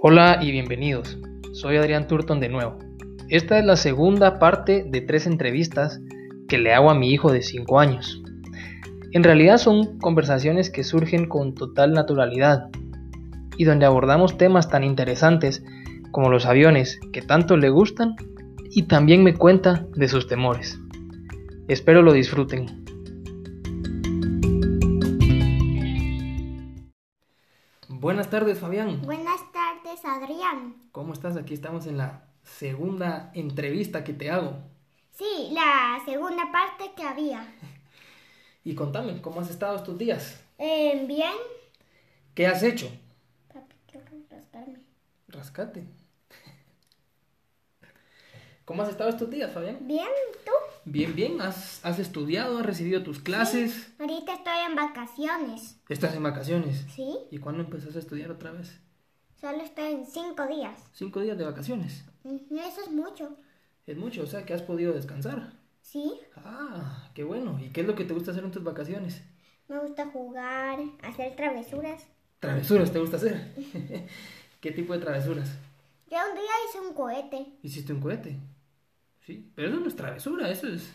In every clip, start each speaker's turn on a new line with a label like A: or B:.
A: Hola y bienvenidos. Soy Adrián Turton de nuevo. Esta es la segunda parte de tres entrevistas que le hago a mi hijo de 5 años. En realidad son conversaciones que surgen con total naturalidad y donde abordamos temas tan interesantes como los aviones que tanto le gustan y también me cuenta de sus temores. Espero lo disfruten. Buenas tardes, Fabián.
B: Buenas tardes, Adrián.
A: ¿Cómo estás? Aquí estamos en la segunda entrevista que te hago.
B: Sí, la segunda parte que había.
A: Y contame, ¿cómo has estado estos días?
B: Eh, bien.
A: ¿Qué has hecho?
B: Papi, quiero rascarme.
A: Rascate. ¿Cómo has estado estos días, Fabián?
B: Bien, ¿tú?
A: Bien, bien. ¿Has, has estudiado? ¿Has recibido tus clases?
B: Ahorita estoy en vacaciones.
A: ¿Estás en vacaciones?
B: ¿Sí?
A: ¿Y cuándo empezaste a estudiar otra vez?
B: Solo estoy en cinco días.
A: Cinco días de vacaciones.
B: Mm, Eso es mucho.
A: Es mucho, o sea que has podido descansar.
B: ¿Sí?
A: Ah, qué bueno. ¿Y qué es lo que te gusta hacer en tus vacaciones?
B: Me gusta jugar, hacer travesuras.
A: Travesuras, ¿te gusta hacer? ¿Qué tipo de travesuras?
B: Yo un día hice un cohete.
A: Hiciste un cohete. Sí, pero eso no es travesura, eso es...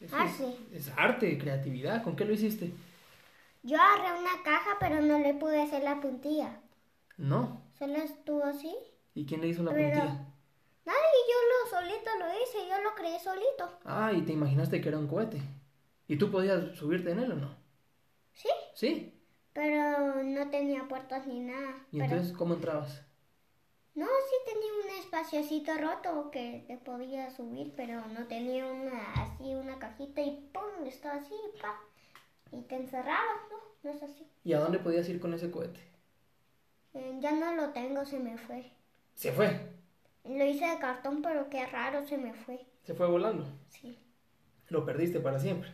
A: eso es-
B: Arte.
A: Es, arte, creatividad. ¿Con qué lo hiciste?
B: Yo agarré una caja, pero no le pude hacer la puntilla.
A: No.
B: Solo estuvo así.
A: ¿Y quién le hizo la
B: Pero-
A: puntilla?
B: Nadie, yo lo solito lo hice, yo lo creé solito.
A: Ah, y te imaginaste que era un cohete. ¿Y tú podías subirte en él o no?
B: ¿Sí?
A: Sí.
B: Pero no tenía puertas ni nada.
A: ¿Y
B: Pero-
A: entonces cómo entrabas?
B: No, sí tenía un espaciocito roto que te podía subir, pero no tenía una así una cajita y pum, estaba así, pa. Y te encerrabas, ¿no? No es así.
A: ¿Y a dónde podías ir con ese cohete?
B: Eh, ya no lo tengo, se me fue.
A: Se fue.
B: Lo hice de cartón, pero qué raro, se me fue.
A: Se fue volando.
B: Sí.
A: Lo perdiste para siempre.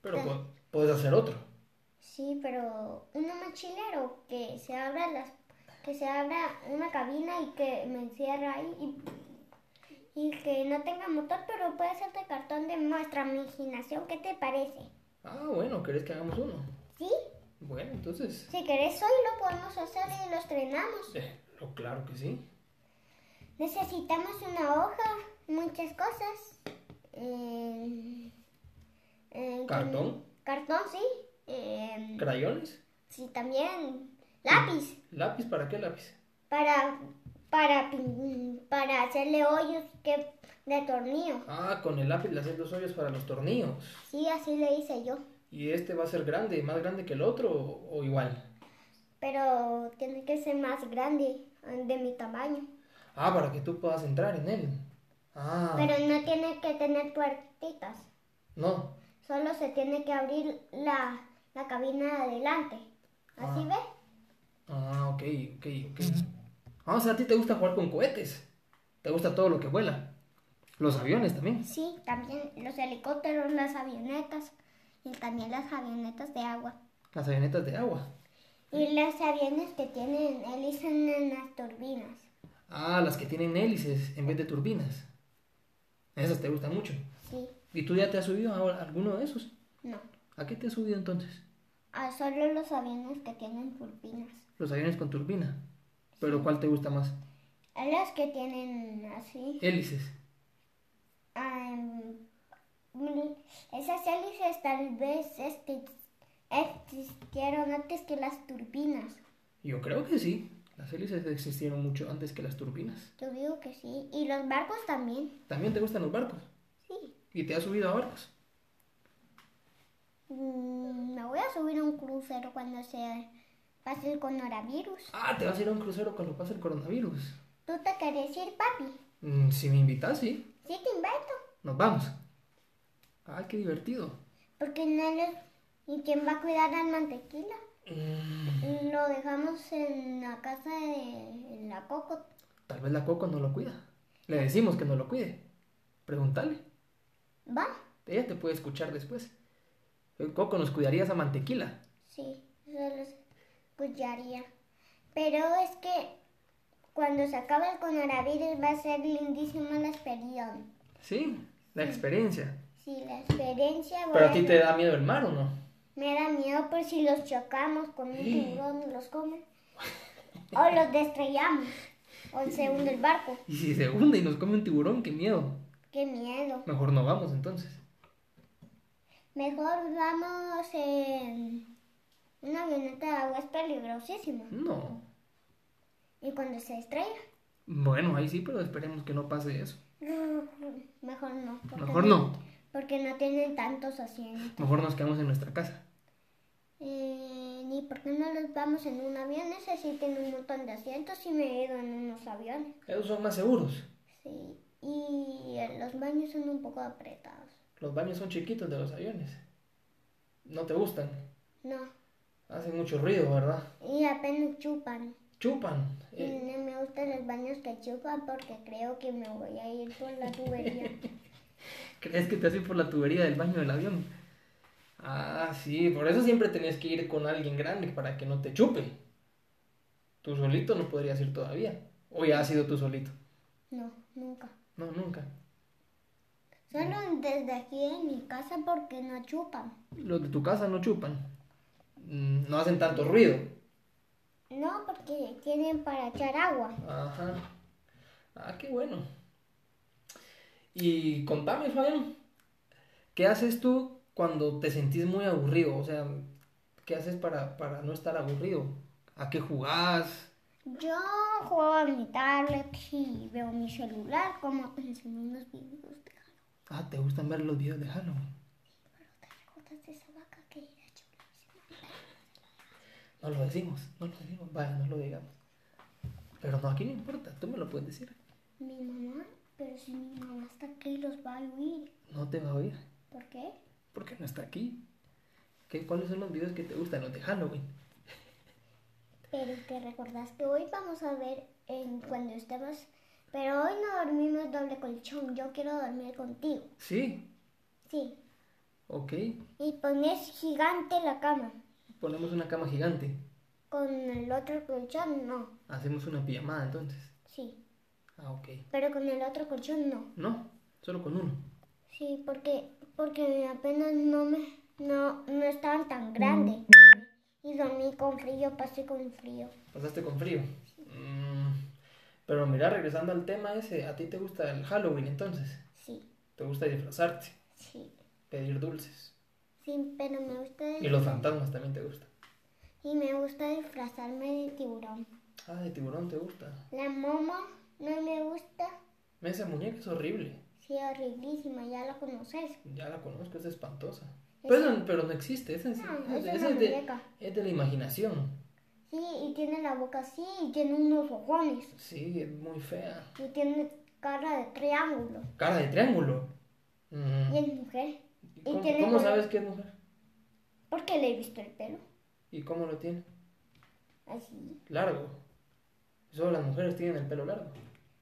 A: Pero po- puedes hacer otro.
B: Sí, pero uno mochilero que se abra las que se abra una cabina y que me encierra ahí y, y que no tenga motor, pero puede ser de cartón de nuestra imaginación. ¿Qué te parece?
A: Ah, bueno, ¿querés que hagamos uno?
B: ¿Sí?
A: Bueno, entonces...
B: Si querés hoy lo podemos hacer y lo estrenamos.
A: eh, no, claro que sí.
B: Necesitamos una hoja, muchas cosas. Eh, eh,
A: Cartón.
B: Cartón, sí. Eh,
A: ¿Crayones?
B: sí, también lápiz.
A: ¿Lápiz? ¿Para qué lápiz?
B: para para pin- para hacerle hoyos que de tornillo.
A: Ah, con el lápiz le haces los hoyos para los tornillos.
B: Sí, así le hice yo.
A: ¿Y este va a ser grande, más grande que el otro o, o igual?
B: Pero tiene que ser más grande ah, de mi tamaño.
A: Ah, para que tú puedas entrar en él. Ah,
B: Pero no tiene que tener puertitas.
A: no.
B: Solo se tiene que abrir la, la cabina de adelante. ¿Así
A: Ah. Ah, ok, ok, ok. Ah, o sea, a ti te gusta jugar con cohetes. Te gusta todo lo que vuela. Los aviones también.
B: ves? Sí, también los helicópteros, las avionetas y también las avionetas de agua.
A: Las avionetas de agua.
B: Y las aviones que tienen hélices en las turbinas.
A: Ah, las que tienen hélices en vez de turbinas. Esas te gustan mucho.
B: Sí,
A: ¿Y tú ya te has subido a alguno de esos?
B: no.
A: ¿A qué te has subido entonces?
B: Ah, solo los aviones que tienen turbinas.
A: Los aviones con turbina. ¿Pero cuál te gusta más?
B: A los Ah, que tienen así.
A: Hélices.
B: ah, em, mm, esas hélices tal vez esti- existieron antes que las turbinas.
A: Yo creo que sí. Las hélices existieron mucho antes que las turbinas.
B: Yo digo que sí. Y los barcos también.
A: ¿También te gustan los barcos?
B: Sí.
A: ¿Y te has subido a barcos?
B: Mm, me voy a subir a un crucero cuando sea pase el coronavirus.
A: Ah, te vas a ir a un crucero cuando pase el coronavirus.
B: ¿Tú te querés ir, papi?
A: Mm, si me invitas, sí.
B: Sí, te invito.
A: Nos vamos. Ah, qué divertido.
B: Porque no los... ¿Y quién va a cuidar al mantequilla?
A: Mm,
B: Lo dejamos en la casa de en la Coco.
A: tal vez la Coco no lo cuida. Le decimos que no lo cuide. Pregúntale.
B: ¿Va?
A: Ella te puede escuchar después. Eh, Coco, ¿nos cuidarías a mantequila?
B: Sí, eso los escucharía. Pues Pero es que cuando se acabe el coronavirus va a ser lindísima la experiencia.
A: Sí, la experiencia.
B: Sí, la experiencia.
A: Pero a
B: bueno,
A: ti te da miedo el mar o no?
B: Me da miedo por si los chocamos con un tiburón y los comen. O los destrellamos. O se hunde el barco.
A: Y si se hunde y nos come un tiburón, qué miedo.
B: Qué miedo.
A: Mejor no vamos entonces.
B: Mejor vamos en una avioneta de agua, es peligrosísima.
A: No.
B: Y cuando se estrella,
A: Bueno, ahí sí, pero esperemos que no pase eso.
B: mejor no. porque
A: Mejor no.
B: Porque no tienen tantos asientos.
A: Mejor nos quedamos en nuestra casa.
B: Eh, ni por qué no los vamos en un avión, ese sí tiene un montón de asientos y me he ido en unos aviones.
A: Esos son más seguros.
B: Sí. Y eh, los baños son un poco apretados.
A: Los baños son chiquitos de los aviones. No te gustan.
B: No.
A: Hacen mucho ruido, ¿verdad?
B: Y apenas chupan.
A: Chupan.
B: Y
A: Eh,
B: no me gustan los baños que chupan porque creo que me voy a ir por la tubería.
A: ¿Crees que te hace por la tubería del baño del avión? Ah, sí, por eso siempre tenés que ir con alguien grande para que no te chupe. Tú solito no podrías ir todavía. O ya has ido tú solito.
B: No, nunca.
A: No, nunca.
B: Solo desde aquí en mi casa porque no chupan.
A: Los de tu casa no chupan. Mm, No hacen tanto ruido.
B: No, porque tienen para echar agua.
A: Ajá. Ah, qué bueno. Y contame, Fabián, ¿qué haces tú cuando te sentís muy aburrido? O sea, ¿qué haces para, para no estar aburrido? ¿A qué jugás?
B: Yo juego a mi tablet y veo mi celular como te enseñé unos videos de
A: Ah, ¿te gustan ver los videos de Halloween?
B: ¿Recuerdas de esa vaca que era chulísima?
A: No lo decimos, no lo decimos, vaya, no lo digamos. Pero no, aquí no importa, tú me lo puedes decir.
B: Mi mamá, pero si mi mamá está aquí los va a oír.
A: No te va a oír,
B: ¿Por qué?
A: porque no está aquí. ¿Qué, ¿Cuáles son los videos que te gustan, los de Halloween?
B: Pero te recordás que hoy vamos a ver en cuando estemos... Pero hoy no dormimos doble colchón, yo quiero dormir contigo.
A: Sí,
B: Sí.
A: ok.
B: Y pones gigante la cama.
A: Ponemos una cama gigante.
B: Con el otro colchón no.
A: Hacemos una pijamada entonces.
B: Sí.
A: Ah, ok.
B: Pero con el otro colchón no.
A: No, solo con uno.
B: Sí, porque, porque apenas no me no, no estaban tan grandes.
A: Mm.
B: Y dormí con frío, pasé con frío.
A: Pasaste con frío. Mm, pero mira, regresando al tema ese, ¿a ti te gusta el Halloween entonces?
B: Sí,
A: ¿Te gusta disfrazarte,
B: sí.
A: pedir dulces?
B: Sí, pero me gusta
A: Y los fantasmas también te gusta.
B: y me gusta disfrazarme de tiburón.
A: Ah, de tiburón te gusta.
B: La momo no me gusta.
A: Esa muñeca es horrible.
B: Sí, horriblísima, ya la conoces.
A: Ya la conozco, es espantosa. Pero, pero no existe, esa es,
B: No,
A: esa
B: esa es
A: es
B: una
A: de,
B: muñeca.
A: es de la imaginación.
B: Sí, y tiene la boca así, y tiene unos ojones,
A: Sí, es muy fea.
B: y tiene cara de triángulo.
A: Cara de triángulo. Mm.
B: Y es mujer,
A: ¿Y
B: y
A: ¿Cómo,
B: tiene
A: cómo
B: una-
A: sabes que es mujer?
B: porque le he visto el pelo.
A: ¿Y cómo lo tiene?
B: Así.
A: Largo. Solo las mujeres tienen el pelo largo.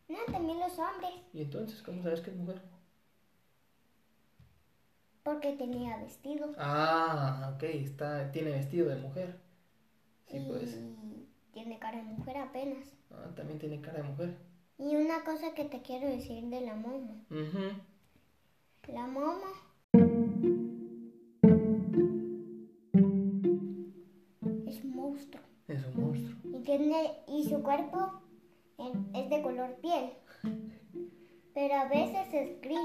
B: No, también los hombres.
A: ¿Y entonces cómo sabes que es mujer?
B: Porque tenía vestido.
A: Ah, ok, está, tiene vestido de mujer. Sí, pues.
B: Y tiene cara de mujer apenas.
A: Ah, también tiene cara de mujer.
B: Y una cosa que te quiero decir de la momo.
A: Ujú.
B: La momo es un monstruo.
A: Es un monstruo.
B: Y, tiene, y su cuerpo en- es de color piel. Pero a veces es gris.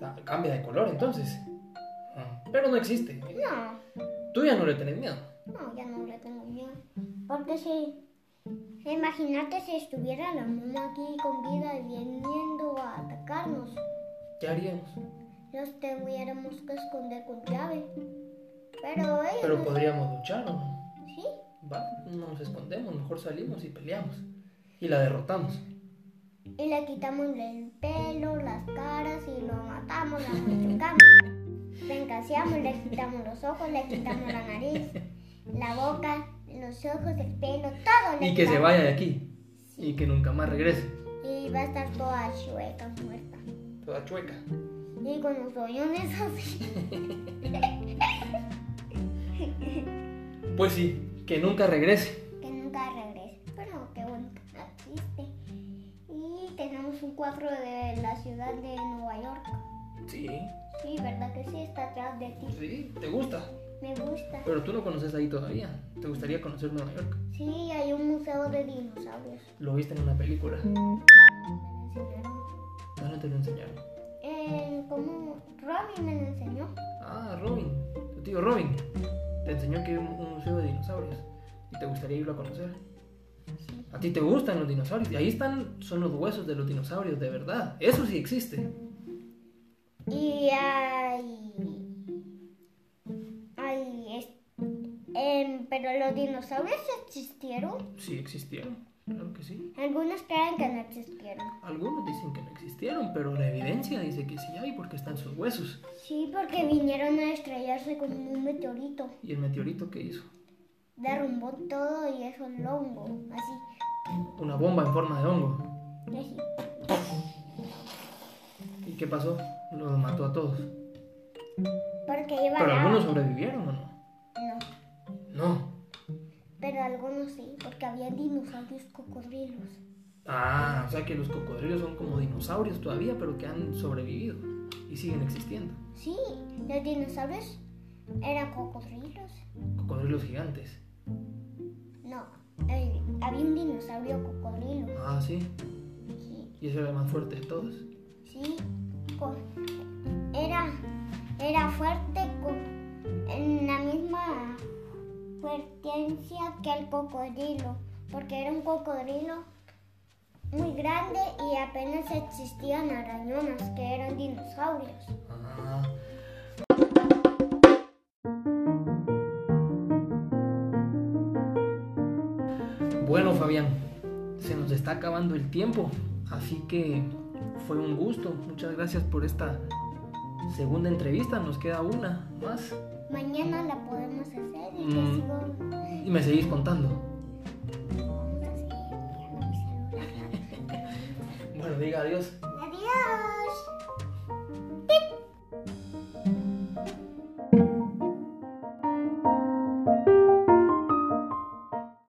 A: Ah, cambia de color entonces. Ah, pero no existe.
B: No,
A: Tú ya no le tenés miedo.
B: no, ya no le tengo miedo. Porque si... Imagínate si estuviera la momo aquí con vida y viniendo a atacarnos.
A: ¿Qué haríamos?
B: Los tuviéramos que esconder con llave. Pero ellos
A: Pero pues
B: no-
A: podríamos luchar o no.
B: sí,
A: Va, no nos escondemos, mejor salimos y peleamos. Y la derrotamos.
B: y le quitamos el pelo, las caras y lo matamos, la machucamos. Vengaseamos, le quitamos los ojos, le quitamos la nariz, la boca, los ojos, el pelo, todo le
A: Y que se
B: quitamos.
A: vaya de aquí. Y que nunca más regrese.
B: Y va a estar toda chueca, muerta.
A: Toda chueca.
B: Y con los hoyones así.
A: Pues sí, que nunca regrese.
B: Que nunca regrese. Pero qué bueno que no existe. Y tenemos un cuadro de la ciudad de Nueva York.
A: Sí,
B: Sí, ¿verdad que sí? Está atrás de ti.
A: sí, ¿te gusta?
B: Me gusta.
A: Pero tú no conoces ahí todavía. ¿Te gustaría conocer Nueva York?
B: Sí, hay un museo de dinosaurios.
A: Lo viste en una película.
B: Me enseñaron.
A: ¿Dónde te lo enseñaron?
B: Eh, como Robin me lo enseñó.
A: Ah, Robin. Tu tío Robin. Te enseñó que hay un un museo de dinosaurios. Y te gustaría irlo a conocer.
B: Sí.
A: A ti te gustan los dinosaurios. Y ahí están, son los huesos de los dinosaurios, de verdad. Eso sí existe.
B: Y hay. Hay. es- em, pero los dinosaurios existieron.
A: Sí existieron. Claro que sí.
B: Algunos creen que no existieron.
A: Algunos dicen que no existieron, pero la evidencia dice que sí hay porque están sus huesos.
B: Sí, porque vinieron a estrellarse con un meteorito.
A: ¿Y el meteorito qué hizo?
B: Derrumbó todo y eso es longo. Así.
A: Una bomba en forma de hongo.
B: y así.
A: ¿Y qué pasó? Los mató a todos.
B: Porque iba
A: Pero
B: a-
A: algunos sobrevivieron o no.
B: No.
A: No.
B: Pero algunos sí, porque había dinosaurios cocodrilos.
A: Ah, o sea que los cocodrilos son como dinosaurios todavía, pero que han sobrevivido y siguen existiendo.
B: Sí, los dinosaurios eran cocodrilos.
A: Cocodrilos gigantes.
B: No, eh, había un dinosaurio cocodrilo.
A: Ah, sí.
B: Sí,
A: Y ese era el más fuerte de todos.
B: sí, co- era, era fuerte con, en la misma fuertencia que el cocodrilo, porque era un cocodrilo muy grande y apenas existían arañonas que eran dinosaurios.
A: Ah. Bueno, Fabián, se nos está acabando el tiempo, así que fue un gusto. Muchas gracias por esta segunda entrevista. Nos queda una más
B: Mañana la podemos hacer y
A: Mm.
B: te sigo.
A: y me seguís contando.
B: Vamos a seguir mirando mi celular.
A: Bueno, diga adiós.
B: Adiós.